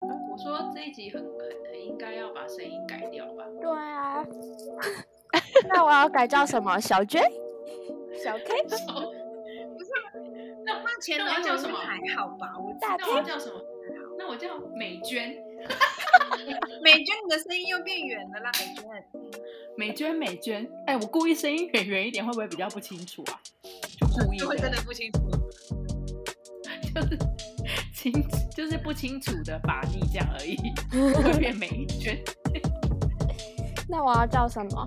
啊说这一集很很很应该要把声音改掉 吧？对 啊，那我要改叫什么？小 J，小 K， 那那前那我男叫友什是么还好吧？我大那我 K，叫什么？那我叫美娟，美娟，你的声音又变远了啦，美娟。美娟，美娟，哎、我故意声音远远一点，会不会比较不清楚啊？就故意就会真的，的不清楚。就是清，就是不清楚的把你这样而已，会变美娟、那我要叫什么？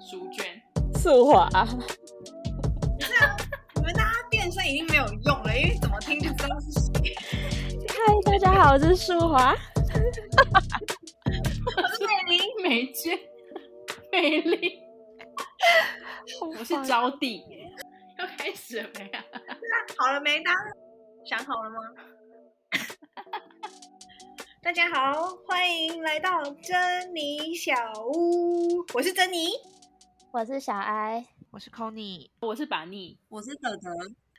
淑娟。素华。你们大家变声已经没有用了，因为怎么听就知道是谁。嗨，大家好，我是素华。美玲，美娟，美玲，我是招娣，要开始了没啊？好了没？大家想好了吗？ 大家好，欢迎来到珍妮小屋，我是珍妮。我是小 I。我是 Conny，我是把你，我是德德，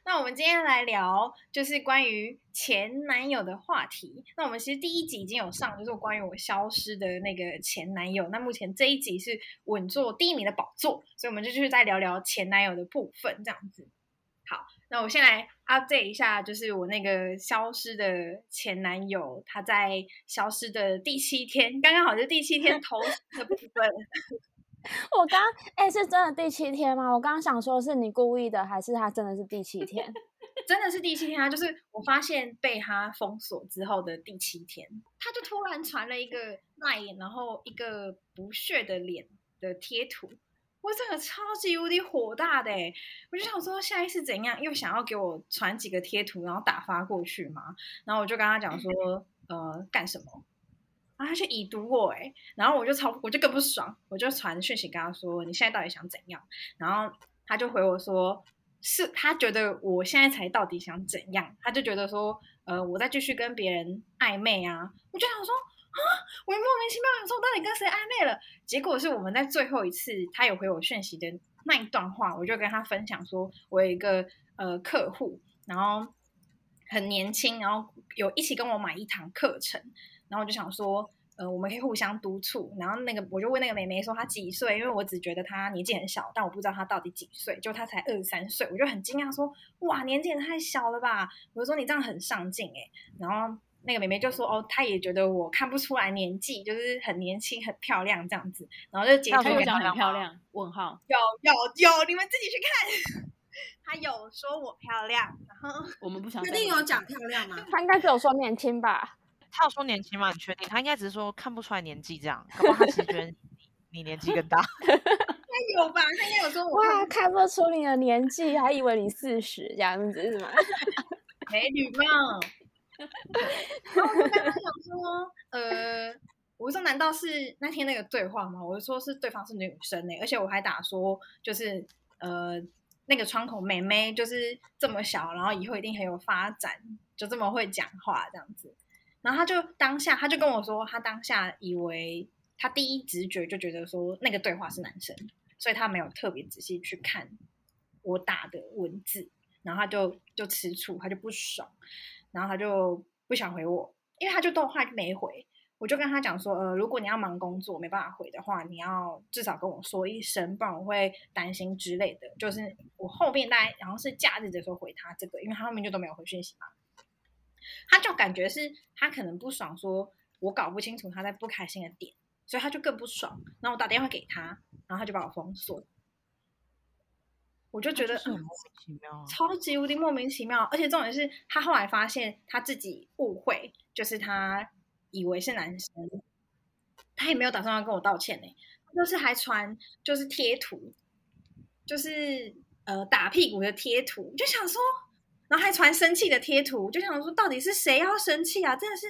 那我们今天来聊就是关于前男友的话题。那我们其实第一集已经有上，就是关于我消失的那个前男友。那目前这一集是稳坐第一名的宝座，所以我们就继续再聊聊前男友的部分，这样子。好，那我先来 update 一下，就是我那个消失的前男友，他在消失的第七天，刚刚好是第七天头的部分。我刚哎、是真的第七天吗？我刚刚想说是你故意的，还是他真的是第七天？真的是第七天啊！就是我发现被他封锁之后的第七天，他就突然传了一个赖眼，然后一个不屑的脸的贴图，我整个超级无敌火大的欸、我就想说，下一次怎样？又想要给我传几个贴图，然后打发过去嘛？然后我就跟他讲说，呃，干什么？然后他就已读我哎、然后我就超，我就更不爽，我就传讯息跟他说，你现在到底想怎样？然后他就回我说，是他觉得我现在才到底想怎样？他就觉得说，呃，我再继续跟别人暧昧啊。我就想说，啊，我莫名其妙想说，我到底跟谁暧昧了？结果是我们在最后一次他有回我讯息的那一段话，我就跟他分享说，我有一个呃客户，然后很年轻，然后有一起跟我买一堂课程，然后我就想说，呃，我们可以互相督促。然后那个我就问那个妹妹说她几岁，因为我只觉得她年纪很小，但我不知道她到底几岁，就她才二十三岁，我就很惊讶说，哇，年纪也太小了吧！我就说你这样很上进哎、然后。那个妹妹就说：“哦，她也觉得我看不出来年纪，就是很年轻、很漂亮这样子。”然后就截她图有她说给有讲很漂很漂亮吗亮？问号，有有有，你们自己去看。 他有说我漂亮，然后我们不想确再定问有讲漂亮吗？他应该只有说年轻吧？他有说年轻吗？你确定？他应该只是说看不出来年纪这样，搞不好他其实觉得你 你年纪更大。他 有吧？他应该有说我哇，看不出你的年纪，还以为你四十这样子是吗？没礼貌。然后我就跟他讲说，呃，我说难道是那天那个对话吗？我就说是对方是女生欸呢、而且我还打说就是呃那个窗口妹妹就是这么小，然后以后一定很有发展，就这么会讲话这样子。然后他就当下他就跟我说，他当下以为他第一直觉就觉得说那个对话是男生，所以他没有特别仔细去看我打的文字。然后他就就吃醋，他就不爽，然后他就不想回我，因为他就动画就没回。我就跟他讲说，呃，如果你要忙工作没办法回的话，你要至少跟我说一声，不然我会担心之类的。就是我后面大概然后是假日的时候回他这个，因为他后面就都没有回讯息嘛。他就感觉是他可能不爽说，我搞不清楚他在不开心的点，所以他就更不爽。然后我打电话给他，然后他就把我封锁。我就觉得就是很嗯莫名其 妙啊。超级无敌莫名其妙，而且重点是他后来发现他自己误会，就是他以为是男生，他也没有打算要跟我道歉呢、就是还传就是贴图，就是呃打屁股的贴图，我就想说，然后还传生气的贴图，我就想说到底是谁要生气啊？真的是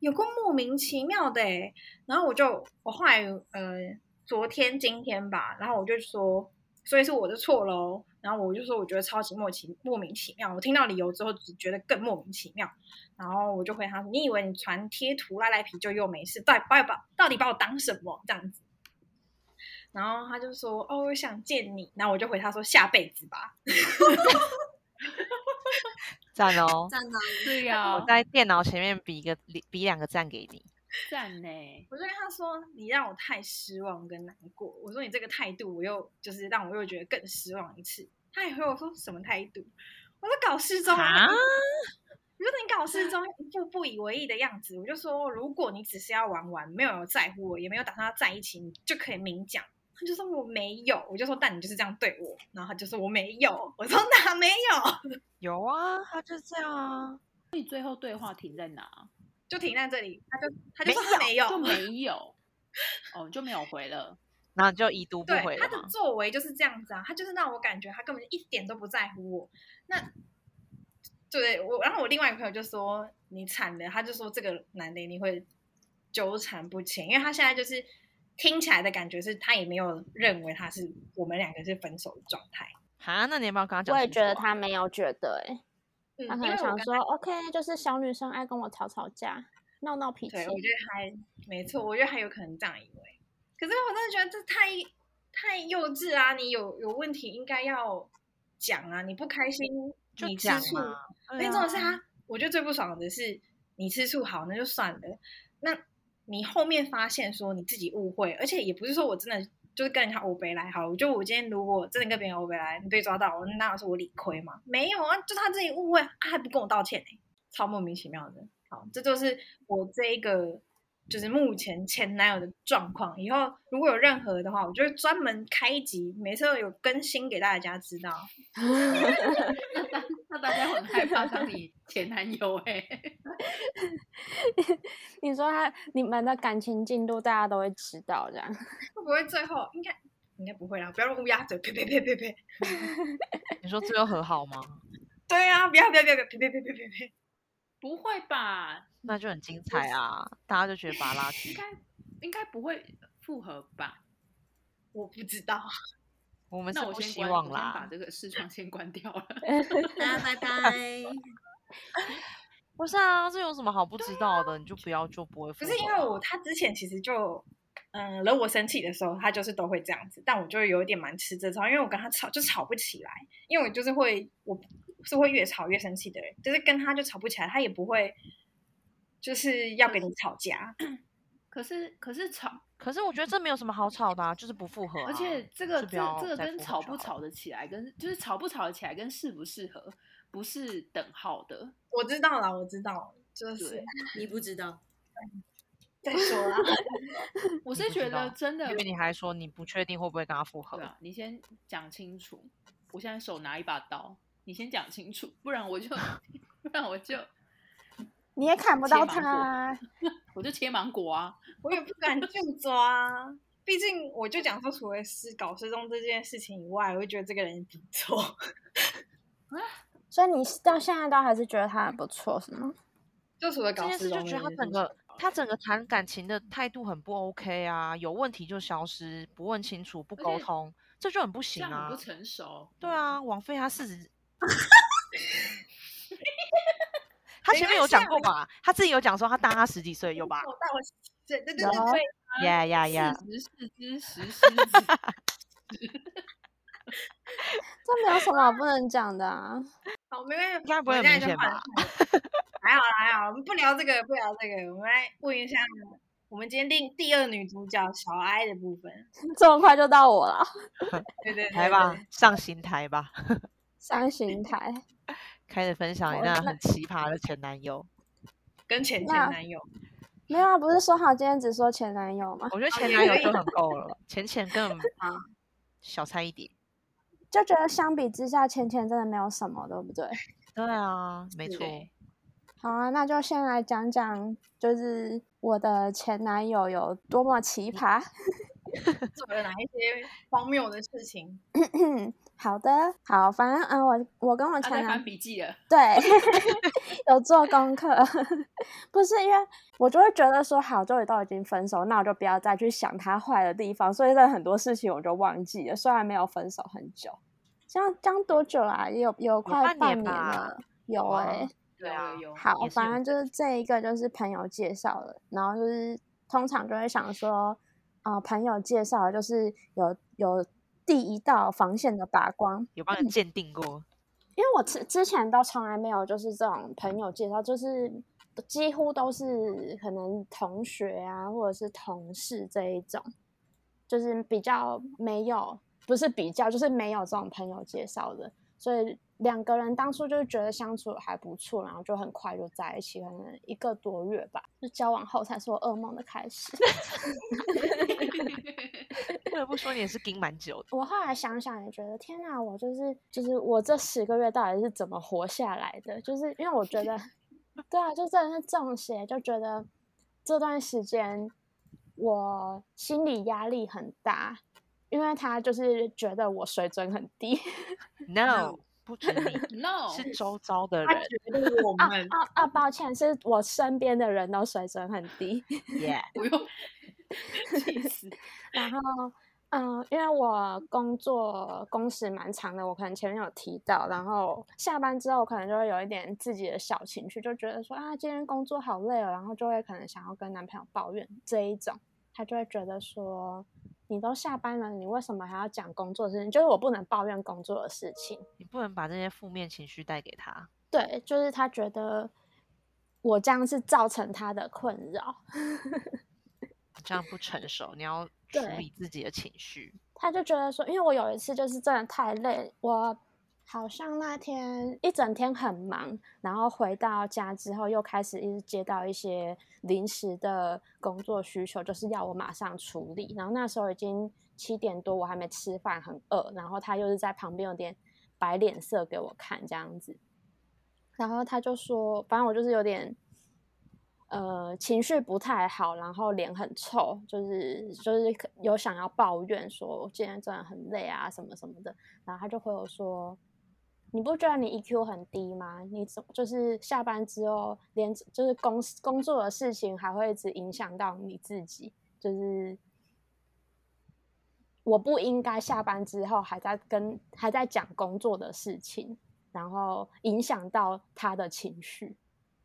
有够莫名其妙的、欸、然后我就我后来呃昨天今天吧，然后我就说，所以是我的错喽。然后我就说，我觉得超级莫其莫名其妙。我听到理由之后，只觉得更莫名其妙。然后我就回他说：“你以为你传贴图拉来皮就又没事，到底把把到底把我当什么这样子？”然后他就说：“哦，我想见你。”然后我就回他说：“下辈子吧。”赞 哦！赞啊！对我呀，在电脑前面比一个比两个赞给你。赞呢。我就跟他说：“你让我太失望跟难过。”我说：“你这个态度，我又就是让我又觉得更失望一次。”他也回我说：“什么态度？”我说：“搞失踪啊啊！”我说：“你搞失踪，一副不以为意的样子。”我就说：“如果你只是要玩玩，没有在乎我，也没有打算要在一起，你就可以明讲。”他就说：“我没有。”我就说：“但你就是这样对我。”然后他就说：“我没有。”我说：“哪没有有啊，他就这样啊。你最后对话停在哪？？”就停在这里，他就他就说他没有，就没有，哦，就没有回了。然后你就已读不对回他了的嘛？作为就是这样子啊，他就是让我感觉他根本一点都不在乎我。那对我，然后我另外一个朋友就说你惨了，他就说这个男的你会纠缠不清，因为他现在就是听起来的感觉是他也没有认为他是我们两个是分手的状态。啊，那你有没有跟他 我讲清楚啊？也觉得他没有觉得、欸，嗯，他可因为能我想跟说，OK，就是小女生爱跟我吵吵架，闹闹脾气对，。我觉得还没错，我觉得还有可能这样以为。可是我真的觉得这太太幼稚啊！你有有问题应该要讲啊，你不开心就你吃讲醋嘛哎而对且重点啊是他，我觉得最不爽的是，你吃醋好那就算了，那你后面发现说你自己误会，而且也不是说我真的就是跟人家欧北来好了，我觉得我今天如果真的跟别人欧北来，你被抓到，那是我理亏嘛？没有啊，就他自己误会，啊、还不跟我道歉呢、超莫名其妙的。好，这就是我这一个就是目前前男友的状况。以后如果有任何的话，我就会专门开一集，每次都有更新给大家知道。那大家会很害怕当你前男友哎、你说他你们的感情进度，大家都会知道这样。会不会最后应该应该不会啦？不要用乌鸦嘴，呸呸呸呸呸！啊你说最后和好吗？对啊，不要不要不要不要，呸呸呸呸呸呸！不会吧？那就很精彩啊！大家就觉得把他拉 应去。该应该不会复合吧？我不知道，我们是那我不先希关，望我先把啦。这个视窗先关掉了。 大家拜拜。不是啊，这有什么好不知道的？你就不要就不会复不合啊。是因为我他之前其实就。嗯，惹我生气的时候，他就是都会这样子，但我就有一点蛮吃这招，因为我跟他吵就吵不起来，因为我就是会，我是会越吵越生气的人，就是跟他就吵不起来，他也不会就是要跟你吵架，可是可是吵，可是我觉得这没有什么好吵的、啊，就是不复合、啊。而且这个就不这要这个再跟复合吵就不好吵得起来，跟就是吵不吵得起来跟适不适合不是等号的。 我知道啦，我知道，就是对，你不知道，再说啦，我你是不觉知得道真的因为你还说你不确定会不会跟他复合对。啊，你先讲清楚。我现在手拿一把刀，你先讲清楚，不然我就 不然我就 你也看不切到芒他果啊，我就切芒果啊。我也不敢就抓。啊毕竟我就讲说，除了是搞失踪这件事情以外，我就觉得这个人不错， 所以你到现在都还是觉得他很不错，是吗？就除了这搞件失事就踪觉得他这件整事情个他整个谈感情的态度很不 OK 啊，有问题就消失，不问清楚，不而沟且通，这就很不这行样很啊不。成熟。对啊，王菲她四十，她前面有讲过吧？她自己有讲说她大她十几岁， 有吧？啊我带我对对对有啊对对，呀呀哎呀！四十四只石狮子， 这没有什么好不能讲的啊。 好，没关系，应该不会我很现在就明显换吧换还好啦还好，我们不聊这个，不聊这个，我们来问一下我们今天第第二女主角小哀的部分。这么快就到我了， 对对对来吧，上刑台吧，三形台。开始分享你好那那很奇葩的前男友。对跟前前那男友，没有啊，不是说好今天只说前男友吗？我觉得前也男可友就以很够了，前前更啊小菜一碟。就觉得相比之下，浅浅真的没有什么，对不对？ 对啊，没错。对好啊，那就先来讲讲，就是我的前男友有多么奇葩。 做了哪一些荒谬的事情？好的，好，反正嗯、呃我我跟我他前啊在男翻笔记 了。对 有做功课， 不是因为我就会觉得说，好，终于都已经分手，那我就不要再去想他坏的地方，所以在很多事情我就忘记了。虽然没有分手很久，这样这样多久啦、也有有快半年半年吧了，有哇哎、对有啊有有，好也，是反有正就是这一个就是朋友介绍的，然后就是通常就会想说，啊、朋友介绍就是有有第一道防线的把关， 有帮你鉴定过，因为我之之前都从来没有就是这种朋友介绍，就是几乎都是可能同学啊，或者是同事这一种，就是比较没有，不是比较，就是没有这种朋友介绍的，所以两个人当初就是觉得相处还不错，然后就很快就在一起，可能一个多月吧，就交往后才是我噩梦的开始。不得不说你也是盯蛮 久的。我后来想想也觉得，天啊，我就是就是我这十个月到底是怎么活下来的？就是因为我觉 得，对啊，就真的是中邪，就觉得这段时间我心理压力很大，因为他就是觉得我水准很低， No，不止你， No，是周遭的他人觉。得我啊们啊啊！抱歉，是我身边的人都水准很低。 Yeah， 不用，气 死！然后，嗯，因为我工作工时蛮长的，我可能前面有提到，然后下班之后可能就会有一点自己的小情绪，就觉得说啊，今天工作好累哦，然后就会可能想要跟男朋友抱怨这一种，他就会觉得说，你都下班了，你为什么还要讲工作的事情？就是我不能抱怨工作的事情。你不能把这些负面情绪带给他。对，就是他觉得我这样是造成他的困扰，你这样不成熟，你要处对理自己的情绪。他就觉得说，因为我有一次就是真的太累，我好像那天一整天很忙，然后回到家之后又开始一直接到一些临时的工作需求，就是要我马上处理。然后那时候已经七点多，我还没吃饭，很饿。然后他又是在旁边有点摆脸色给我看这样子，然后他就说，反正我就是有点。呃，情绪不太好，然后脸很臭，就是就是可有想要抱怨说我今天真的很累啊什么什么的，然后他就回我说：“你不觉得你 EQ 很低吗？你怎就是下班之后连就是工工作的事情还会一直影响到你自己，就是我不应该下班之后还在跟还在讲工作的事情，然后影响到他的情绪。”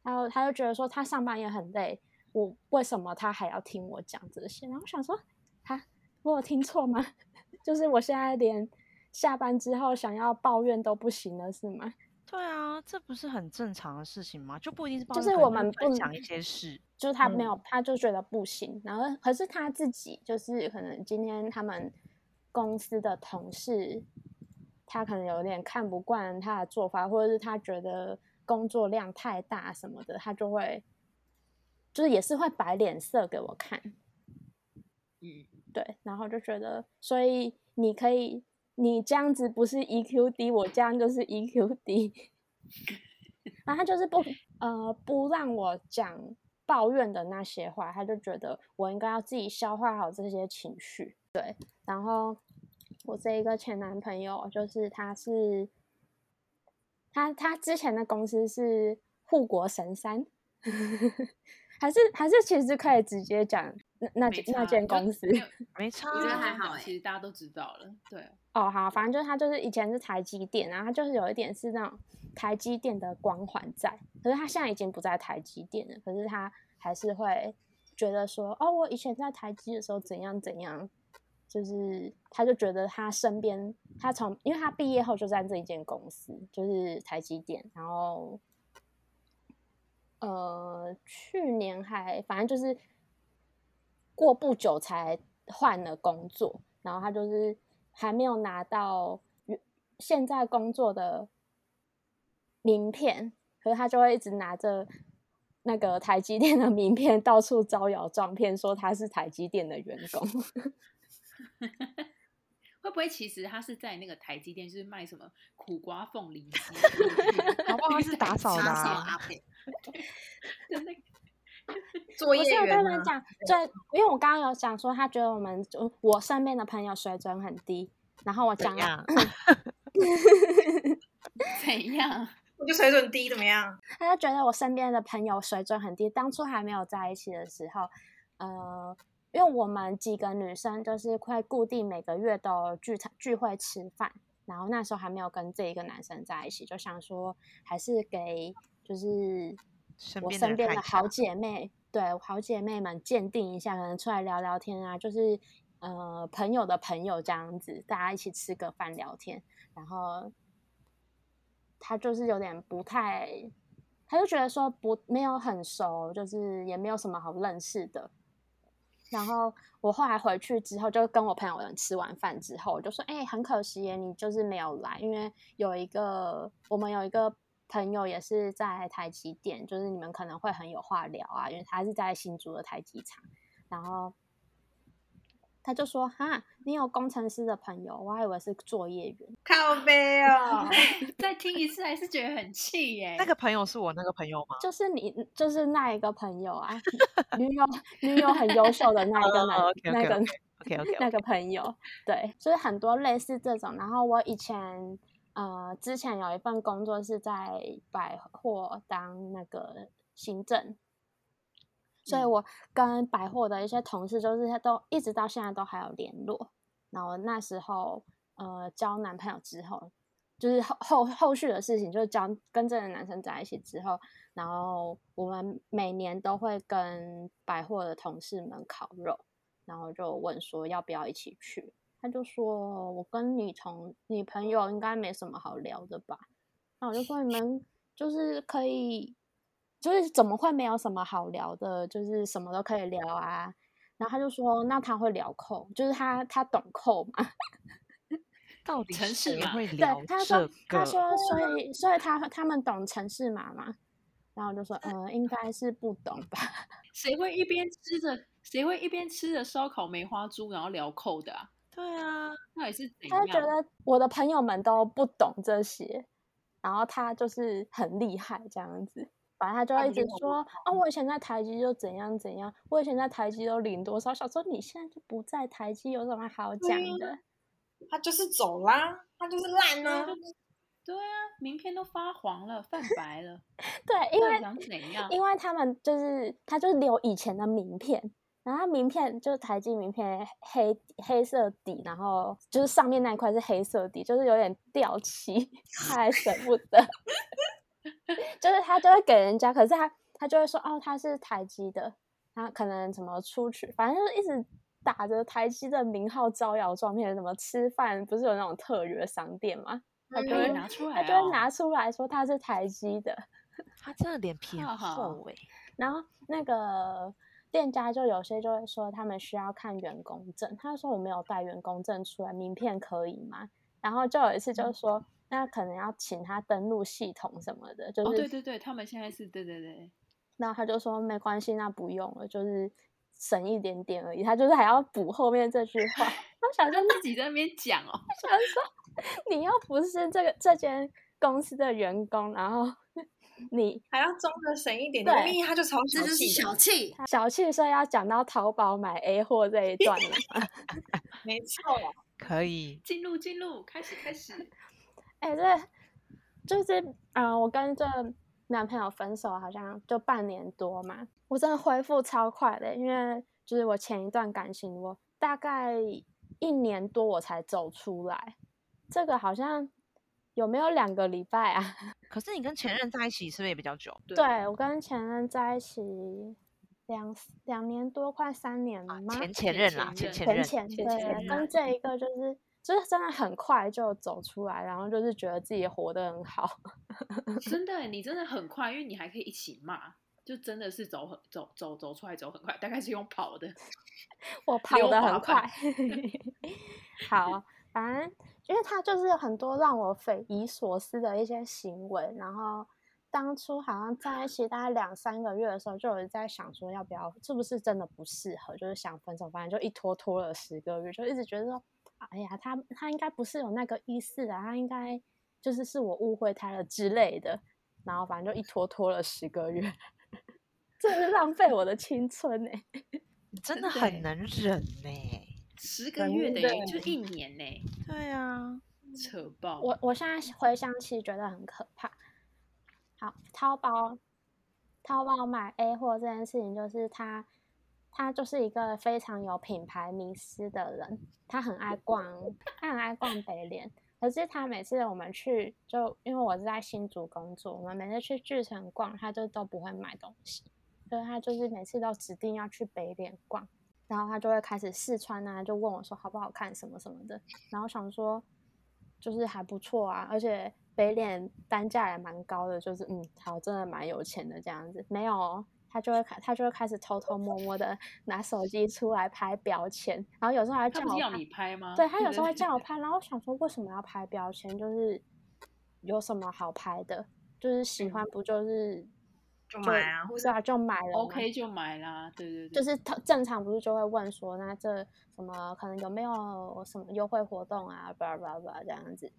然后他就觉得说他上班也很累，我为什么他还要听我讲这些？然后我想说，哈，我有听错吗？ 就是我现在连下班之后想要抱怨都不行了，是吗？对啊，这不是很正常的事情吗？就不一定是抱就怨，是可能我们不分享能一些事。就是他没有，他就觉得不行。然后可是他自己就是可能今天他们公司的同事，他可能有点看不惯他的做法，或者是他觉得工作量太大什么的，他就会就是也是会摆脸色给我看。嗯，对，然后就觉得，所以你可以，你这样子不是 EQ 低，我这样就是 EQ 低。 然后他就是不呃不让我讲抱怨的那些话，他就觉得我应该要自己消化好这些情绪。对，然后我这一个前男朋友就是他是他他之前的公司是护国神山， 还是还是其实可以直接讲那那没间那差间就公司。没 有没差我觉得啊，还好讲欸其实大家都知道了。对，哦，好，反正就是他就是以前是台积电，然后他就是有一点是那种台积电的光环在，可是他现在已经不在台积电了，可是他还是会觉得说，哦，我以前在台积的时候怎样怎样，就是他就觉得他身边，他从因为他毕业后就在这一间公司，就是台积电，然后呃，去年还反正就是过不久才换了工作，然后他就是还没有拿到原现在工作的名片，可是他就会一直拿着那个台积电的名片到处招摇撞骗，说他是台积电的员工。会不会其实他是在那个台积电，就是卖什么苦瓜凤梨鸡？搞不 好他是打扫打的扫啊阿 北，的那个作不业是我员跟们啊，讲，最因为我刚刚有讲说，他觉得我们就我身边的朋友水准很低，然后我怎讲哎了样？ 怎样？我就水准低怎么样？他就觉得我身边的朋友水准很低。当初还没有在一起的时候，呃，因为我们几个女生就是会固定每个月都聚餐聚会吃饭，然后那时候还没有跟这一个男生在一起，就想说还是给就是身我边的身人边的看一好下姐妹，对好姐妹们鉴定一下，可能出来聊聊天啊，就是呃朋友的朋友这样子，大家一起吃个饭聊天，然后他就是有点不太，他就觉得说不没有很熟，就是也没有什么好认识的。然后我后来回去之后，就跟我朋友们吃完饭之后，我就说：“哎、很可惜耶，你就是没有来，因为有一个我们有一个朋友也是在台积电，就是你们可能会很有话聊啊，因为他是在新竹的台积厂。”然后他就说：“哈，你有工程师的朋友，我还以为是作业员。”靠背 哦，啊 再听一次还是觉得很气耶、那个朋友是我那个朋友吗？就是你，就是那一个朋友啊， 女友女友很优秀的那一个男、哦，OK，OK，OK，那个 OK，OK，OK 那个朋友，对，就是很多类似这种。然后我以前呃之前有一份工作是在百货当那个行政，所以我跟百货的一些同事就是他都一直到现在都还有联络。然后那时候呃交男朋友之后，就是后后后续的事情，就是交跟这个男生在一起之后，然后我们每年都会跟百货的同事们烤肉，然后就问说要不要一起去。他就说：“我跟你同女朋友应该没什么好聊的吧？”那我就说：“你们就是可以，就是怎么会没有什么好聊的？就是什么都可以聊啊。”然后他就说：“那他会聊扣，就是他他懂扣嘛。” 到底城市谁嘛会对聊，他这说个？哦他说，所以所以他他们懂城市码嘛？然后我就说，呃，应该是不懂吧。谁会一边吃着谁会一边吃着烧烤梅花猪，然后聊扣的啊？对啊，到底是怎他就觉样？得我的朋友们都不懂这些，然后他就是很厉害这样子。反正他就他会一们就直懂不说，啊，我以前在台积就怎样怎样，我以前在台积都领多少。小说你现在就不在台积，有什么好讲的？他就是走啦，他就是烂啊呢、对啊，名片都发黄 了，泛白了，对，因到为底想怎样？因为他们就是他就是留以前的名片，然后他名片就是台积名片黑黑色底，然后就是上面那一块是黑色底，就是有点掉漆，他还舍不得， 就是他就会给人家，可是他他就会说哦他是台积的，他可能什么出去，反正就是一直。打着台积的名号招摇撞骗，什么吃饭不是有那种特约商店吗？他就可以会、拿出来、他哦，就会拿出来说他是台积的，他真的脸皮哈很哈厚哎、然后那个店家就有些就会说他们需要看员工证，他就说我没有带员工证出来，名片可以吗？然后就有一嗯次就说，那可能要请他登录系统什么的，就哦，是，对对对，他们现在是对对对，然后他就说没关系，那不用了，就是省一点点而已。他就是还要补后面这句 话，我想他说自己在那边讲哦，想说，你又不是这个这间公司的员工，然后 你还要装的省一点，对点，明明他就超这小就是气的，小气。小气，所以要讲到淘宝买 A 货这一段了吗。没错，可以，进入进入，开始开 始，哎、这就是嗯、呃我跟这男朋友分手好像就半年多嘛，我真的恢复超快的，因为就是我前一段感情，我大概一年多我才走出来，这个好像有没有两个礼拜啊？ 可是你跟前任在一起是不是也比较久？对对我跟前任在一起两两年多，快三年了啊吗？前前前任啦，前前前任，嗯前啊前前对，任啊跟这一个就是就是真的很快就走出来，然后就是觉得自己活得很好。真的，你真的很快，因为你还可以一起骂，就真的是走很走走走出来走很快，大概是用跑的，我跑溜得滑板 很快。 好，反正因为他就是有很多让我匪夷所思的一些行为，然后当初好像在一起大概两三个月的时候，就有在想说要不要，是不是真的不适合，就是想分手，反正就一拖拖了十个月，就一直觉得说，哎呀，他他应该不是有那个意思的，啊他应该就是是我误会他了之类的，然后反正就一拖拖了十个月， 真是浪费我的青春哎、你 真真的的欸很能忍呢、十个月的真耶，的就一年呢，对啊，扯爆，嗯我我现在回想起觉得很可怕。好，淘宝淘宝买 A 货这件事情，就是他他就是一个非常有品牌迷失的人，他很爱逛，他很爱逛北联。可是他每次我们去，就因为我是在新竹工作，我们每次去巨城逛，他就都不会买东西，所以他就是每次都指定要去北联逛，然后他就会开始试穿啊，就问我说好不好看什么什么的，然后想说就是还不错啊，而且北脸单价也蛮高的，就是嗯，好，真的蛮有钱的这样子。没有哦，他就会开，他就会开始偷偷摸摸的拿手机出来拍标签，然后有时候还他叫不是我要拍你拍吗？对他有时候会对对 叫我拍，啊然后我想说为什么要拍标签，就是有什么好拍的？就是喜欢不就是嗯就买啊或是对啊，就买了嘛 OK 就买啦，对对对，就是他正常不是就会问说，那这什么可能有没有什么优惠活动啊，巴拉巴拉巴拉这样子。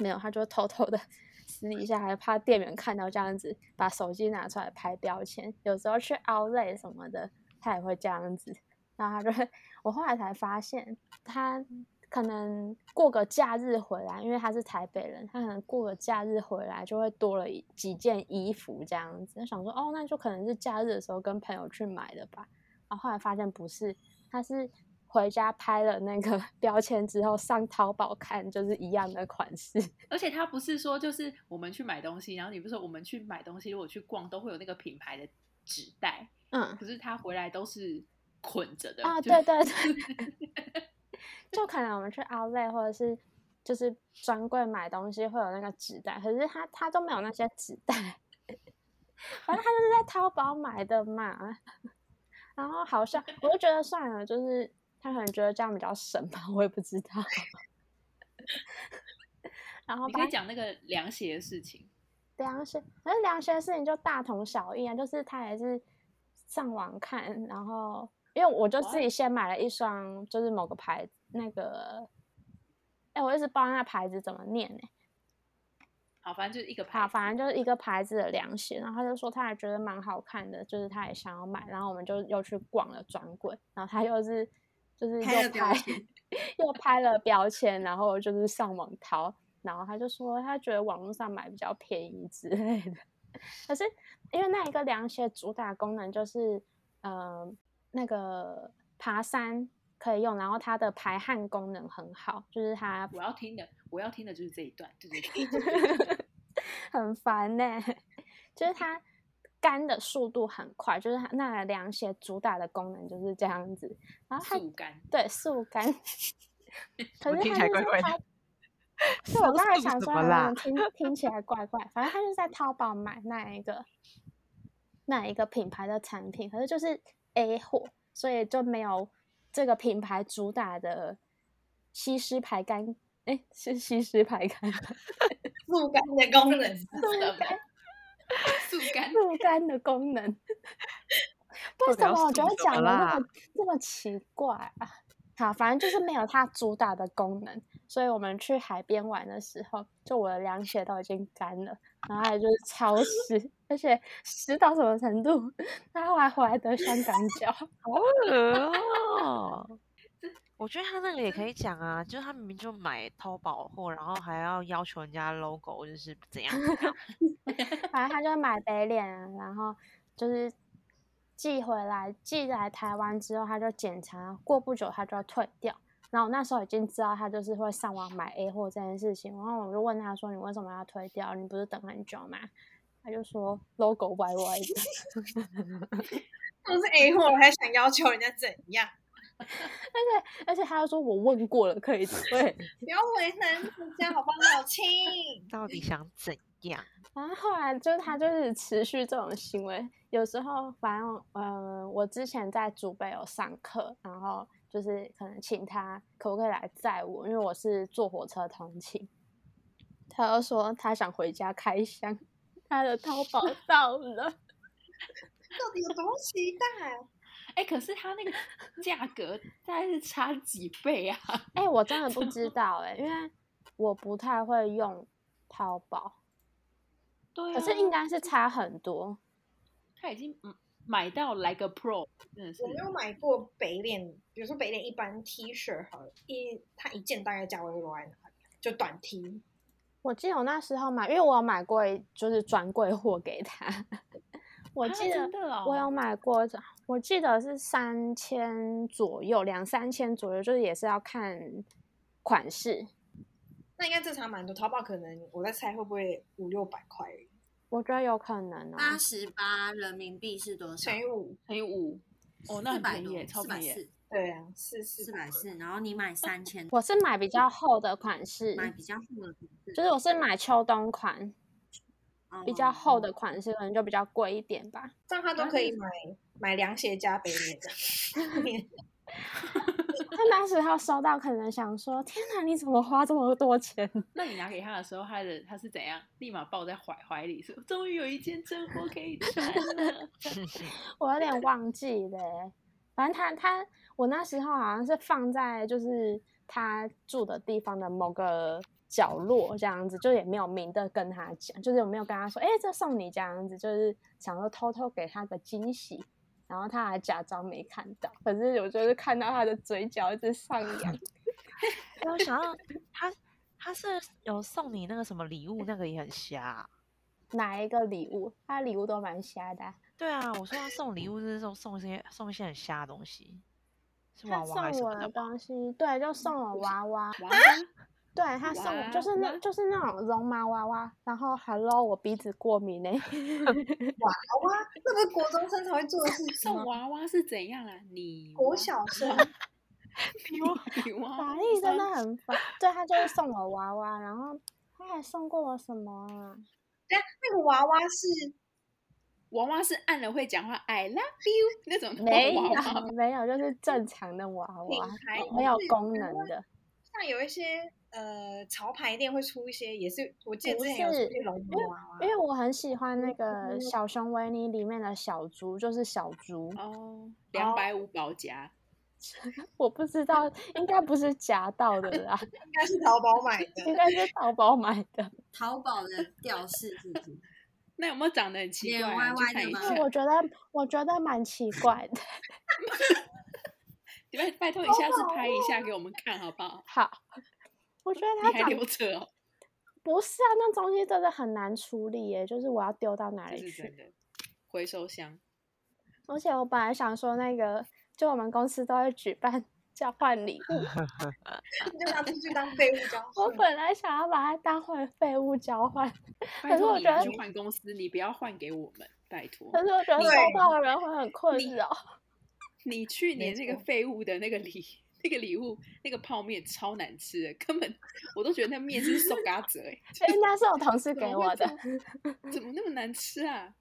没有，他就偷偷的 私底下，还怕店员看到这样子，把手机拿出来拍标签。有时候去 Outlet 什么的，他也会这样子。然后他就会，我后来才发现，他可能过个假日回来，因为他是台北人，他可能过个假日回来就会多了一几件衣服这样子。想说，哦，那就可能是假日的时候跟朋友去买的吧。然后后来发现不是，他是回家拍了那个 标签之后上淘宝看，就是一样的款式。而且他不是说就是我们去买东西，然后你不是说我们去买东西，如果去逛都会有那个品牌的纸袋，嗯，可是他回来都是捆着的 啊，就对 对 对，就可能我们去 Outlet 或者是就是专柜买东西会有那个纸袋，可是他他都没有那些纸袋，反正他就是在淘宝买的嘛。然后好像我就觉得算了，就是他可能觉得这样比较省吧，我也不知道。 然后你把可以讲那个凉鞋的事情，凉鞋，可是凉鞋的事情就大同小异啊，就是他也是上网看，然后因为我就自己先买了一双，就是某个牌子那个，哎、我一直不知道那牌子怎么念呢、好，反正就是一个牌好，子，反正就是一个牌子的凉鞋，然后他就说他还觉得蛮好看的，就是他也想要买，然后我们就又去逛了专柜，然后他又是就是拍又了标拍签 又拍了标签，然后就是上网淘，然后他就说他觉得网络上买比较便宜之类的， 可是因为那一个凉鞋主打功能就是呃那个爬山可以用，然后它的排汗功能很好，就是它我要听的，我要听的就是这一段， 对对对，很烦呢、 就是它干的速度很快，就是它那凉鞋主打的功能就是这样子。然后它速干，对速干， 可我是听起它来就怪是怪的它 对，我刚才是想什 说么有 啦点听听起来怪怪，反正他就是在淘宝买那一个那一个品牌的产品，可是就是 A 货，所以就没有这个品牌主打的吸湿排干，哎，是吸湿排干吗，速干的功能是什么？速干，速干的功能。 为什到底要么我送觉得什么讲的那啦么这么奇怪啊？好，反正就是没有它主打的功能，所以我们去海边玩的时候，就我的凉鞋都已经干了，然后还有就是潮湿，而且湿到什么程度？ 它还回来得香港脚，哦，我觉得他那个也可以讲啊，就是他明明就买淘宝货，然后还要要求人家 logo 就是 怎样怎样，反正他就买北脸啊，然后就是寄回来，寄来台湾之后，他就检查，过不久他就要退掉。然后我那时候已经知道他就是会上网买 A 货这件事情，然后我就问他说：“你为什么要退掉？你不是等很久吗？”他就说：“logo 歪歪的。” 都是 A 货，还想要求人家怎样？而且他又说：“我问过了，可以退。”不要为难人家好不好，亲？到底想怎样？反正后来就是他就是持续这种行为，有时候反正呃，我之前在祖北有上课，然后就是可能请他可不可以来载我，因为我是坐火车通勤。他又说他想回家开箱，他的淘 宝到了，到底有多期待？哎，可是他那个价格大概是差几倍啊？哎、我真的不知 道哎、因为我不太会用淘宝，对啊，可是应该是差很多。他已经嗯买到来个 Pro，真的是我没有买过北脸，比如说北脸一般 T 恤好了，一它一件大概价位会落在哪里啊？就短 T，我记得我那时候买，因为我有买过一就是专柜货给他， 我啊记得真的哦，我有买过，我记得是三千左右，两三千左右，就是也是要看款式。那应该正常蛮多。淘宝可能我在猜会不会五六百块而已，我觉得有可能哦，八十八人民币是多少乘？以五，乘以五，哦，那四很百便宜多，耶，超四百便宜耶，四，对啊，是是四百四，然后你买三千，我是买比较厚的款式，买比较厚的款式，就是我是买秋冬款，比较厚的哦。款式可能就比较贵一点吧。这样他都可以买买凉鞋加杯面的。他当时他收到，可能想说：“天哪，你怎么花这么多钱那你拿给他的时候，他的他是怎样？立马抱在怀怀里，说：“终于有一件正货可以穿了。 我有点忘记了欸。反正他他我那时候好像是放在就是他住的地方的某个角落这样子，就也没有明的跟他讲，就是我没有跟他说，哎、这送你这样子，就是想说偷偷给他个惊喜。然后他还假装没看到，可是我就是看到他的嘴角一直上扬， 哎，我想到他他是有送你那个什么礼物，那个也很瞎啊、哪一个礼物？他的礼物都蛮瞎的啊、对啊，我说他送礼物就是送送一些送一些很瞎的东西，是他娃娃还是送什我么的的吧？东西，对，就送 我娃娃。”哇，对他送我就是哇那哇就是那种绒毛娃娃，然后 hello 我鼻子过敏呢、 好啊，这不是国中生才会做的事情 吗送？娃娃是怎样啊？你国娃小生，你娃法力真的很烦。对他就是送我娃娃，然后他还送过我什么啊？但那个娃娃是娃娃是按了会讲话，I love you 那种没娃娃有没有，就是正常的娃品娃，牌没有是功台能湾的。像有一些呃潮牌店会出一些，也是我记得不之前有是出一些龙猫娃娃因，为我很喜欢那个《小熊维尼》里面的小猪，就是小猪。哦，两百五保夹，我不知道，应该不是夹到的啦，应该是淘宝买的应。该是淘宝买的。淘宝的吊饰是不是？那有没有长得很奇脸怪、歪啊？去歪的看一吗下 对，，我觉得我觉得蛮奇怪的。你拜拜托你下次拍一下给我们看好不 好？好，我觉得他你还长留着哦，不是啊，那东西真的很难处理耶，就是我要丢到哪这里是去？真的。回收箱，而且我本来想说那个，就我们公司都会举办 交换礼物， 就拿出去当废物交我换。本来想要把它当回废物交换，拜是我托你觉拿得去换公司，你不要换给我们，拜托。可是我觉得你收到的人会很困你扰。 你去没年那个错废物的那个礼，那个礼物，那个泡面超难吃的，根本我都觉得那面是手嘎子 哎，所以那是我同事怎么给会我的，这怎么那么难吃啊？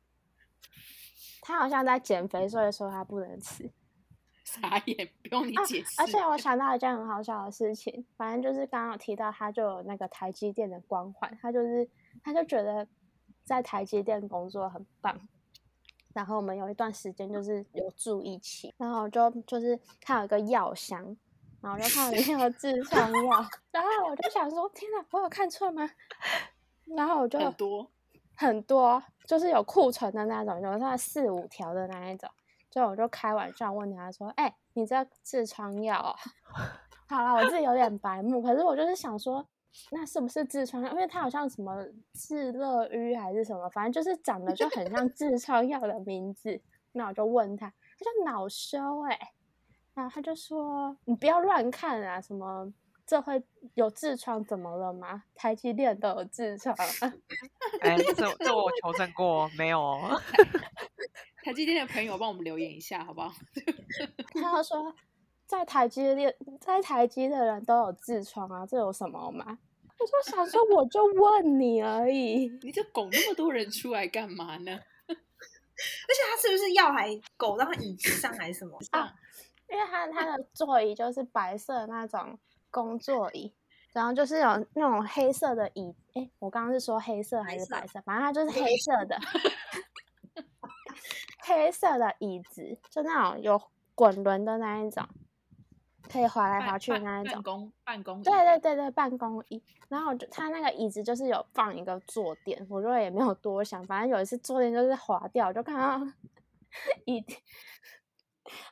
他好像在减肥，所以说他不能吃。 傻眼，不用你啊解释。而且我想到一件很好笑的事情，反正就是刚刚有提到，他就有那个台积电的光环，他就是他就觉得在台积电工作很棒。然后我们有一段时间就是有住一起，然后我就就是他有一个药箱，然后我就看里面有痔疮药，然后我就想说，天哪，我有看错吗？ 然后我就很多，很多，就是有库存的那种，有大概四五条的那一种。所以我就开玩笑问他说：“哎、你这痔疮药、哦？” 好啦，我自己有点白目，可是我就是想说，那是不是痔疮药？因为它好像什么治乐瘀还是什么，反正就是长得就很像痔疮药的名字。那我就问他，他就恼羞哎、然后他就说：“你不要乱看啊，什么这会有痔疮怎么了吗？台积电都有痔疮、啊。”哎， 这这我求证过，没有 哦。台积电的朋友帮我们留言一下好不好？他就说，在台积的在台积的人都有痔疮啊，这有什么嘛？我就想说，我就问你而已。你这拱那么多人出来干嘛呢？而且它是不是药还狗到它椅子上还是什 么？啊因为他他的座椅就是白色的那种工作椅，然后就是有那种黑色的椅，诶，我刚刚是说黑色还白是色白色？反正它就是黑色的，黑色的椅子，就那种有滚轮的那一种，可以滑来滑办去的办那一办。种公办公椅，对对对对，办公椅。然后我就他那个椅子就是有放一个坐垫，我就也没有多想，反正有一次坐垫就是滑掉，我就看到 椅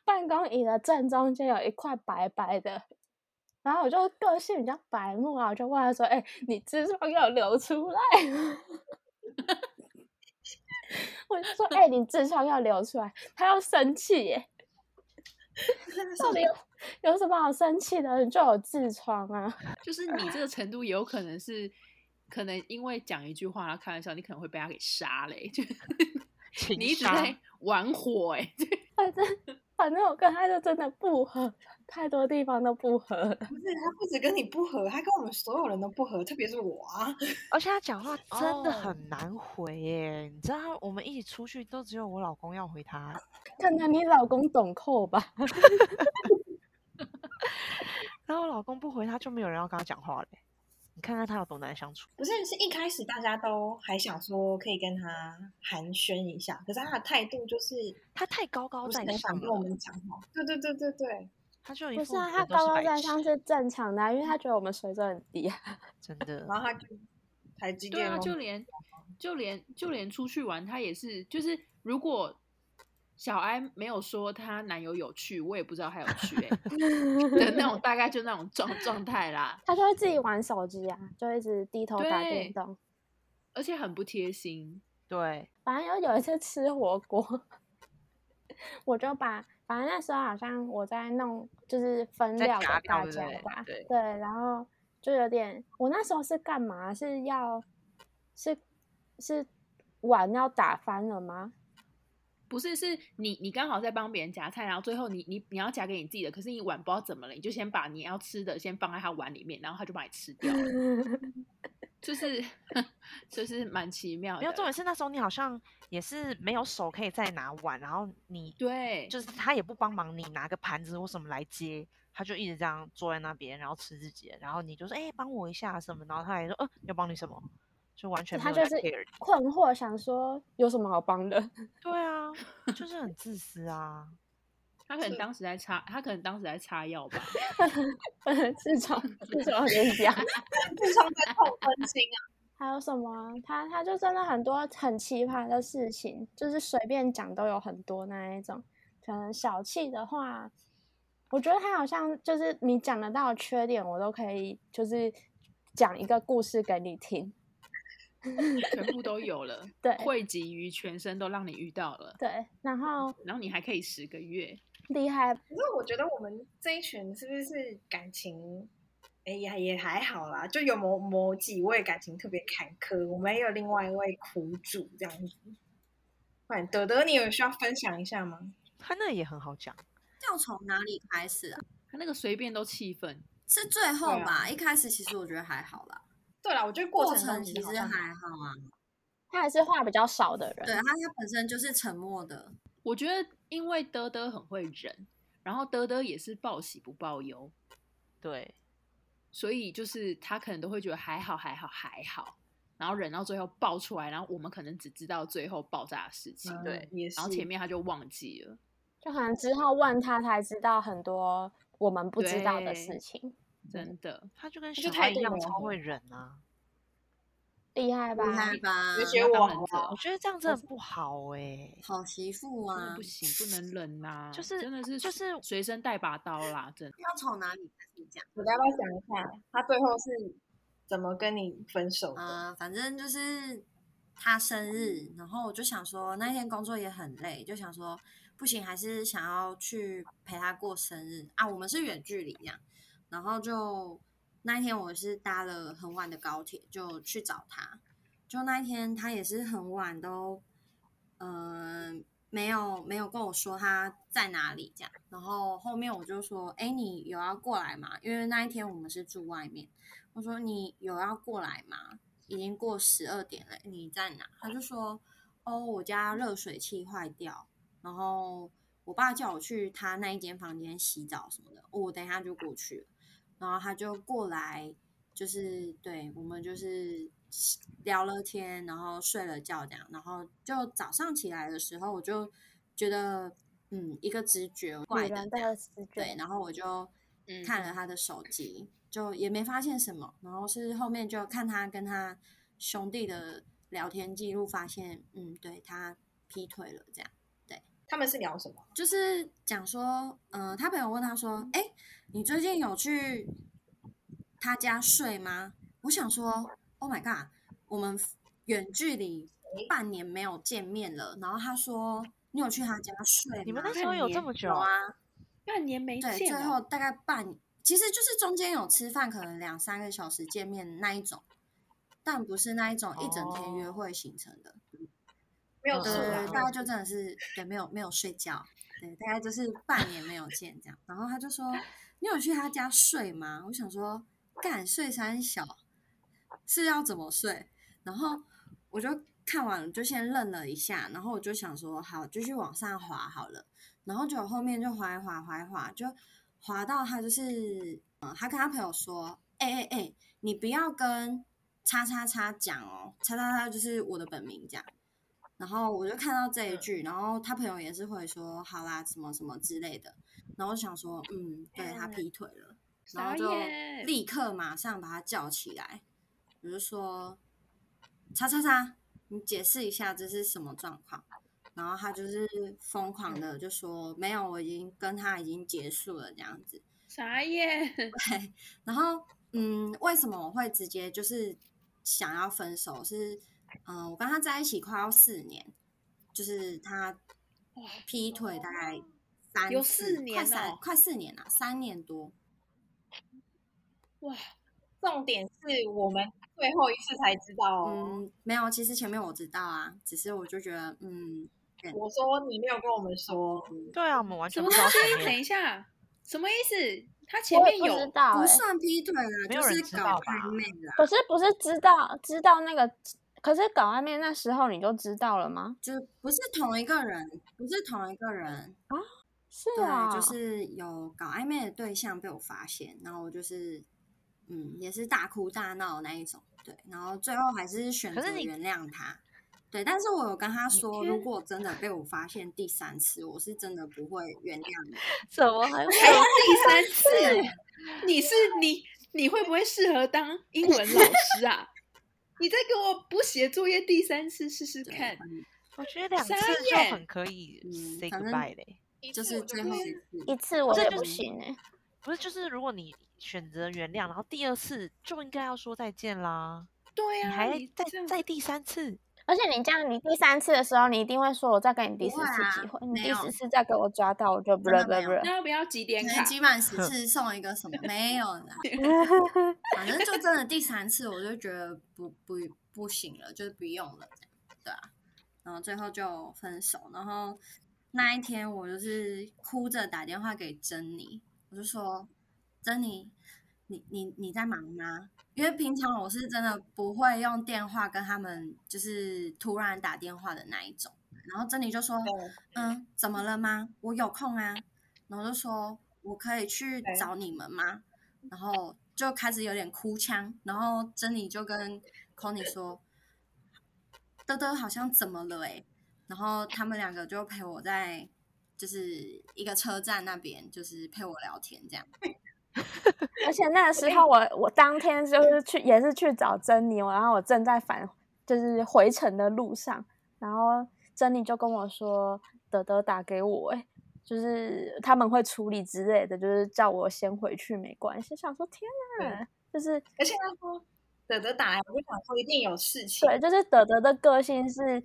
办公椅的正中间有一块白白的。然后我就个性比较白目啊，我就问他说：“哎、你痔疮要流出来？” 我就说：“哎、你痔疮要流出来。”他要生气耶，到底有有什么好生气的？你就有痔疮啊！就是你这个程度有可能是，可能因为讲一句话，他开玩笑，你可能会被他给杀嘞、就 情你一直杀在玩火哎、反正反反正我跟他就真的不合，太多地方都不合。不是他不止跟你不合，他跟我们所有人都不合，特别是我啊。而且他讲话真的哦很难回耶，你知道他，我们一起出去都只有我老公要回他，可能你老公懂扣吧？然后我老公不回他就没有人要跟他讲话嘞。你看看他有多难相处，不是，是一开始大家都还想说可以跟他寒暄一下，可是他的态度就是他太高高不是哦在很上想跟我了，们讲话。对对对对对，他就一不是副啊，我他都高高白在上痴是正常的、啊，因为他觉得我们水准很低 啊。真的然后他就台 积对电哦啊，咯，就连就连就连出去玩，她也是，就是如果小安没有说她男友有去，我也不知道她有去 哎、的那种大概就那种状状态 啦，他就会自己玩手机啊，就一直低头打对电动。而且很不贴心。对，反正有有一次吃火锅， 我就把反正那时候好像我在弄，就是分在料夹给大料对不家对吧，对然后就有点，我那时候是干嘛？是要是是碗要打翻了吗？不是，是你你刚好在帮别人夹菜，然后最后你你你要夹给你自己的，可是你碗不知道怎么了，你就先把你要吃的先放在他碗里面，然后他就把你吃掉了，就是 就是蛮奇妙的。没有重点是那时候你好像也是没有手可以再拿碗，然后你对，就是他也不帮忙你拿个盘子或什么来接，他就一直这样坐在那边，然后吃自己的，然后你就说哎、帮我一下什么，然后他也说呃要帮你什么，就完全没他有就在是 care 你。 困惑，想说有什么好帮的？ 对啊， 就是很自私啊。他可能是当时在擦，他可能当时在擦药吧。自从自从就是这样。自创在扣分心啊。 还有什么啊？他他就真的很多很奇葩的事情，就是随便讲都有很多那一种。可能小气的话，我觉得他好像就是你讲得到的缺点，我都可以就是讲一个故事给你听。，全部都有了对汇集于全身都让你遇到了，对，然后然后你还可以十个月，厉害可是我觉得我们这一群是不是感情？哎呀，也还好啦，就有某某几位感情特别坎坷，我们也有另外一位苦主这样子。快点，德德，你有需要分享一下吗？他那也很好讲，要从哪里开始啊？他那个随便都气愤，是最后对啊吧？一开始其实我觉得还好啦，对啦，我觉得过过程中程其好实像还好啊。他还是话比较少的对，人，他他本身就是沉默的，我觉得因为德德很会忍，然后德德也是报喜不报忧，对，所以就是他可能都会觉得还好还好还好，然后忍到最后爆出来，然后我们可能只知道最后爆炸的事情，嗯对也是。然后前面他就忘记了，就可能之后问他才知道很多我们不知道的事对情，真的，他就跟就小态孩一度样了超会忍啊。厉害吧？厉害吧你？觉得那当我然好这啊我觉得这样真的不好哎、好媳妇真的啊不，行，不能忍呐、就是真的嗯是就是随身带把刀啦，真的。要从哪里开始讲？我要不要讲一下他最后是怎么跟你分手的？啊、反正就是他生日，然后我就想说那天工作也很累，就想说不行，还是想要去陪他过生日啊。我们是远距离这样，然后就那一天我是搭了很晚的高铁就去找他，就那一天他也是很晚都，嗯、没有没有跟我说他在哪里这样，然后后面我就说，哎，你有要过来吗？因为那一天我们是住外面，我说你有要过来吗？已经过十二点了，你在哪？他就说，哦，我家热水器坏掉，然后我爸叫我去他那一间房间洗澡什么的，哦我等一下就过去了，然后他就过来，就是对我们就是聊了天，然后睡了觉这样，然后就早上起来的时候，我就觉得，嗯，一个直觉怪女的人这样的直对，觉，然后我就看了他的手机，就也没发现什么。然后是后面就看他跟他兄弟的聊天记录，发现嗯，对他劈腿了，这样他们是聊什么？就是讲说，呃，他朋友问他说，哎，你最近有去他家睡吗？我想说，Oh my god，我们远距离半年没有见面了。然后他说，你有去他家睡吗？你们那时候有这么久有啊？半年没对，见最了后大概半，其实就是中间有吃饭，可能两三个小时见面那一种，但不是那一种一整天约会形成的。没有嗯吃对对啊对，大家就真的是对没有没有睡觉，对，大概就是半年没有见这样。然后他就说：“你有去他家睡吗？”我想说：“干睡三小是要怎么睡？”然后我就看完了，就先愣了一下，然后我就想说：“好，继续往上滑好了。”然后就后面就滑一滑，滑一滑，就滑到他就是，嗯，他跟他朋友说：“哎哎哎，你不要跟叉叉叉讲哦，叉叉叉就是我的本名这样。”然后我就看到这一句，然后他朋友也是会说：“好啦，什么什么之类的。”然后我想说：“嗯，对他劈腿了。”然后傻就眼立刻马上把他叫起来，我就说：“叉叉叉，你解释一下这是什么状况？”然后他就是疯狂的就说：“没有，我已经跟他已经结束了这样子。”傻眼，然后，嗯，为什么我会直接就是想要分手？是，嗯、我跟他在一起快要四年，就是他劈腿大概三有次四快年三哦快四年了、三年多。哇，重点是我们最后一次才知道哦。嗯，没有，其实前面我知道啊，只是我就觉得，嗯，我说你没有跟我们说，对啊，我们完什全么不东知道前西？面等一下，什么意思？他前我也面不知有道、不欸，算劈腿啦，没就有人是知搞道吧暧昧啦，可是不是知道知道那个，可是搞暧昧那时候你就知道了吗？就不是同一个人，不是同一个人。是啊，对，就是有搞暧昧的对象被我发现，然后我就是，嗯，也是大哭大闹那一种，对，然后最后还是选可是择你原谅他，对，但是我有跟他说，如天果真的被我发现第三次，我是真的不会原谅你。怎么还还有第三次，你是你你会不会适合当英文老师啊？ 你再给我补写作业第三次试试对看，我觉得两次傻就眼很可以嗯 say 反正 goodbye 嘞。一就次是我最不后会一一次，次我这也就不是行哎、不是，就是如果你选择原谅，然后第二次就应该要说再见啦。对你啊，还你再这样再第三次，而且你这样，你第三次的时候，你一定会说：“我再给你第不四会次啊机会，你没第有四次再给我抓到，我就不真了的不了没不有了。那要不要几可点能卡？几满十次送一个什么没有啦，反正就真的第三次我就觉得不不不行了，就是不用了这样，对啊，然后最后就分手，然后那一天我就是哭着打电话给珍妮，我就说珍妮，你你你在忙吗？因为平常我是真的不会用电话跟他们就是突然打电话的那一种，然后珍妮就说，哦嗯，怎么了吗？我有空啊，然后就说我可以去对找你们吗？然后就开始有点哭腔，然后珍妮就跟 c o n y 说，德德好像怎么了哎、然后他们两个就陪我在就是一个车站那边，就是陪我聊天这样。而且那个时候我，我当天就是去，也是去找珍妮，然后我正在返就是回程的路上，然后珍妮就跟我说：“德德打给我、欸，就是他们会处理之类的，就是叫我先回去，没关系。”想说天哪，就是而且他说德德打来，我就想说一定有事情。对，就是德德的个性是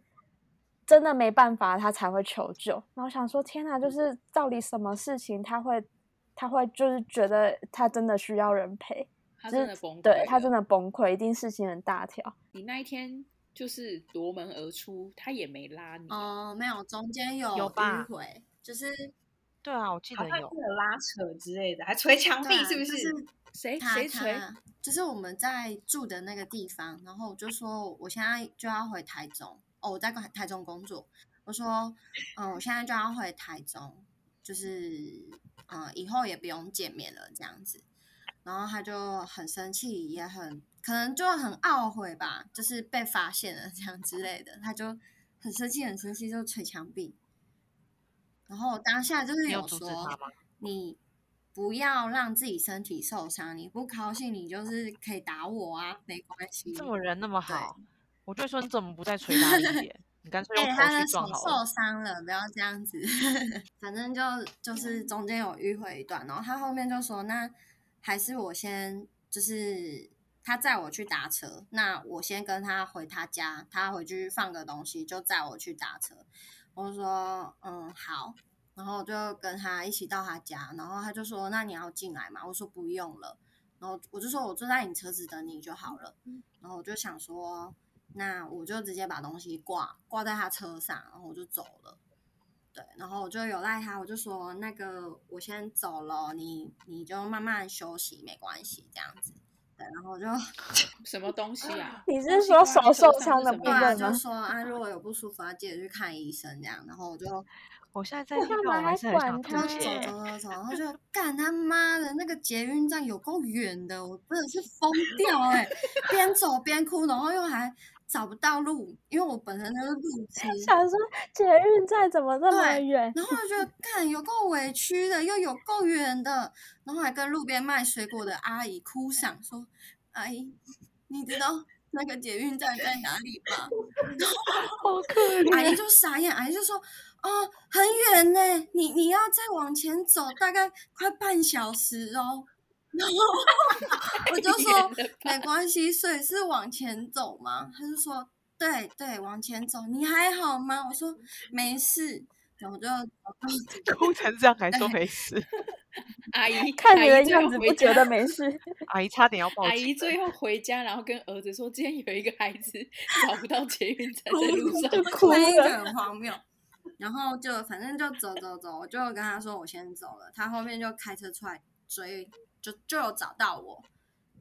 真的没办法，他才会求救。然后想说，天哪，就是到底什么事情他会，他会就是觉得他真的需要人陪，他就真是的崩溃，对他真。的崩溃，一定事情很大条。你那一天就是夺门而出，他也没拉嗯你。哦，没有，中间有有吧迂回，就是对啊，我记好得像是有。有拉扯之类的，还捶墙壁对啊，是不？就是是谁他谁锤？他就是我们在住的那个地方，然后我就说我现在就要回台中，哦，我在台台中工作。我说，嗯，我现在就要回台中，就是嗯，以后也不用见面了这样子。然后他就很生气，也很可能就很懊悔吧，就是被发现了 这样之类的，他就很生气，很生气，就捶墙壁。然后我当下就是你有有阻说，止他吗？你不要让自己身体受伤，你不高兴你就是可以打我啊，没关系。这么人那么对好，我就说你怎么不再捶他一点？你干脆用哎、头他的去手撞好了受。伤了，不要这样子。 反正就就是中间有迂回一段，然后他后面就说，那还是我先，就是他载我去搭车，那我先跟他回他家，他回去放个东西，就载我去搭车。我就说，嗯，好。然后我就跟他一起到他家，然后他就说：“那你要进来嘛？”我说：“不用了。”然后我就说：“我坐在你车子等你就好了。”然后我就想说，那我就直接把东西挂挂在他车上，然后我就走了。对，然后我就有赖他，我就说那个我先走了，你你就慢慢休息，没关系这样子。对，然后我就什么东西啊？你是东西说挂在手头上受是伤的什么部对分啊，吗就说啊，如果有不舒服要记得去看医生这样。然后我就我现在在我听干到，我嘛还还是很管想吐然他后走血。走走走，然后就干他妈的那个捷运站有够远的，我真的是疯掉哎、边走边哭，然后又还找不到路，因为我本身就是路痴，想说捷运站怎么这么对远？然后我就觉得干有够委屈的，又有够远的，然后还跟路边卖水果的阿姨哭丧说：“阿姨，你知道那个捷运站在哪里吗？” 好可阿怜姨就傻眼，阿姨就说：“哦，很远呢，你你要再往前走，大概快半小时哦。”然后 我就说：“没关系，所以是往前走吗？”他就说：“对对，往前走。你还好吗？”我说：“没事。”然后我就哭成这样还说没事，阿姨看阿你姨的最样后子，回不觉家得没事？ 阿姨差点要报阿姨警了。最后回家，然后跟儿子说，今天有一个孩子找不到捷运站，在路上。就哭 那一个了很荒谬。然后就反正就走走走，我就跟他说我先走了，他后面就开车出来追，就就有找到我，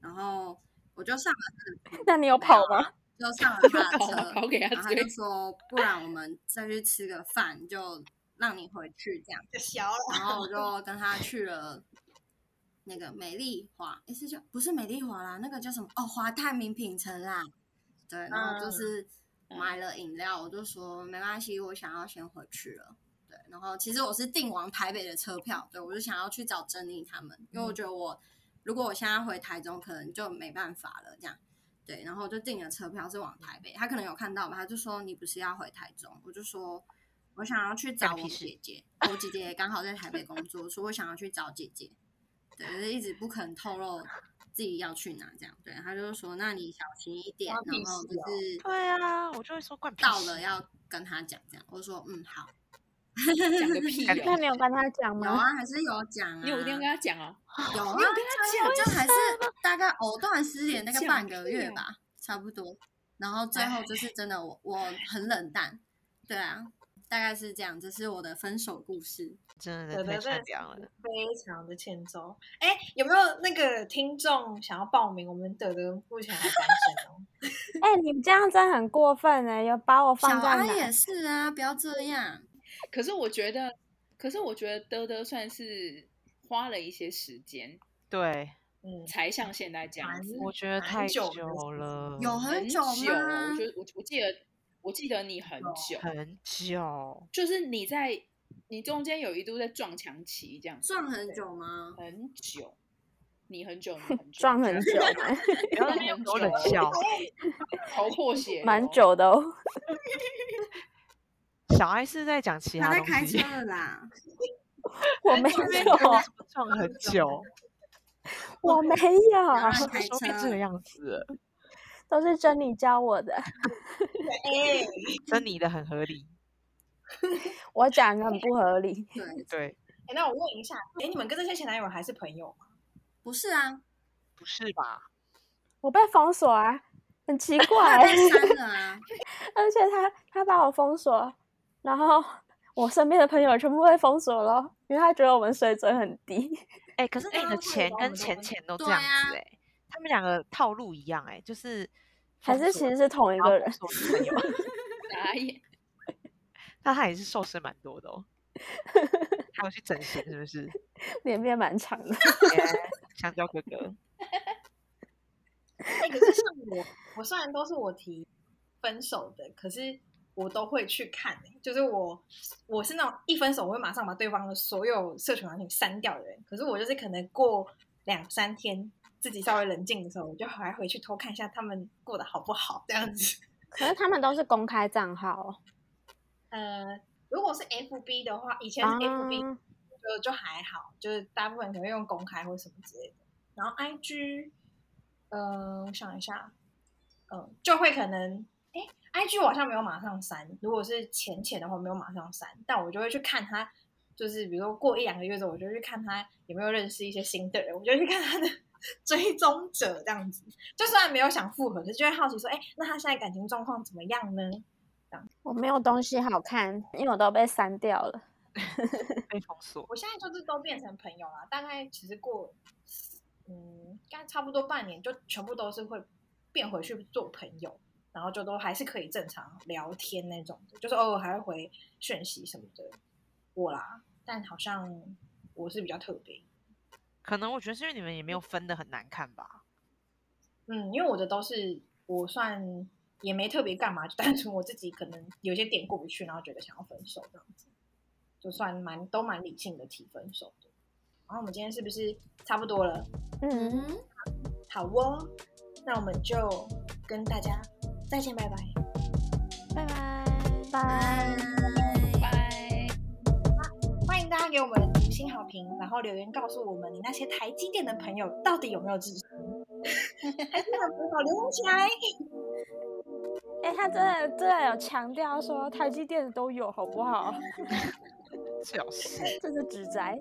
然后我就上了他的车，那你有跑吗？就上了他的 跑啊车，跑给他然后他 就追说不然我们再去吃个饭，就让你回去这样。小了，然后我就跟他去了那个美丽华，诶，是叫不是美丽华啦，那个叫什么？哦，华泰名品城啦。对，然后就嗯是嗯买了饮料，我就说没关系，我想要先回去了。对，然后其实我是订往台北的车票，对我就想要去找珍妮他们，因为嗯我觉得我如果我现在回台中，可能就没办法了这样。对，然后我就订了车票是往台北，他可能有看到吧，他就说你不是要回台中，我就说我想要去找干我屁事姐姐，我姐姐也刚好在台北工作，说我想要去找姐姐，对，就是一直不肯透露自己要去哪这样，对，他就说那你小心一点，关然屁后就事哦是对啊，我就会说灌屁到事了要跟他讲这样，我就说嗯好，讲个屁感哦觉那你有跟他讲有吗？啊，还是有讲啊，你有一定要跟他讲哦，有啊，你有跟他讲就还是大概藕断丝连那个讲半个屁月哦吧，差不多。然后最后就是真的我，我很冷淡，对啊，大概是这样，这是我的分手故事。真的对太对善对，良了。非常的欠揍。哎，有没有那个听众想要报名？我们德德目前还单身哦。哎、你这样真的很过分哎、有把我小放在安哪？也是啊，不要这样。可是我觉得，可是我觉得德德算是花了一些时间对，嗯，才像现在这样蛮子。我觉得蛮太久久的是不是了，有很哦久吗？我觉得我我记得我记得你很久，很久。 就是你在你中间有一度在撞墙期这样，撞很久吗？很久，你很久，你很久，撞很久吗，不要在那很边给我久冷哦笑。 头破血，蛮。久的哦。小爱是在讲其他他在东开车西，了啦，我没这边有真，的是撞很久，我没不要有， 乱开说变这个车。样子了，都是珍妮教我的。哎，真理的很合理。我讲得很不合理，对，对，哎那我问一下，哎，你们跟这些前男友还是朋友吗？不是啊，不是吧？我被封锁啊，很奇怪、他 被删了啊。而且他他把我封锁，然 后我身边的朋友全部被封锁了，因为他觉得我们水准很低。哎、可是你啊的会钱把我跟们都钱分钱都这对样啊子哎、他们两个套路一样哎、就是 还封是其锁实是同一然后个封人，锁女朋友 傻眼，但他也是瘦身蛮 多的哦，还有去整形是不是？哎脸面蛮长的。香蕉哥哥，哎，可是像我，我虽然都是我提分手的，可是我都会去看、欸，就是我我是那种一分手我会马上把对方的所有社群软体删掉的人，可是我就是可能过两三天自己稍微冷静的时候，我就还回去偷看一下他们过得好不好这样子。 可是他们都是公开账号哦，呃，如果是 FB 的话，以前是 FB 啊就就还好，就是大部分可能用公开或什么之类的。然后 IG，呃，我想一下，呃，就会可能，哎，IG 我好像没有马上删，如果是浅浅的话没有马上删，但我就会去看他，就是比如说过一两个月之后，我就去看他有没有认识一些新的人，我就去看他的追踪者这样子。就虽然没有想复合，可是就会好奇说，哎，那他现在感情状况怎么样呢？我没有东西好看，因为我都被删掉了。被封锁。我现在就是都变成朋友啦，大概其实过，嗯，应该差不多半年，就全部都是会变回去做朋友，然后就都还是可以正常聊天那种的，就是偶尔还会回讯息什么的，我啦，但好像我是比较特别，可能我觉得是因为你们也没有分的很难看吧。嗯，因为我的都是我算也没特别干嘛，就 单纯我自己可能有些点过不去，然后觉得想要分手这样子，就算蛮都蛮理性的提分手的。然后我们今天是不是差不多了？嗯，嗯，好哦，那我们就跟大家再见，拜拜。拜拜。拜。拜。拜。欢迎大家给我们五星好评，然后留言告诉我们你那些台积电的朋友到底有没有支 持。台积电的朋友留言起来，哎、他真的真的有强调说台积电的都有，好不好？ 就是。这是指摘。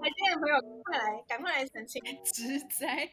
台积电的朋友快来，赶快来澄清。直灾。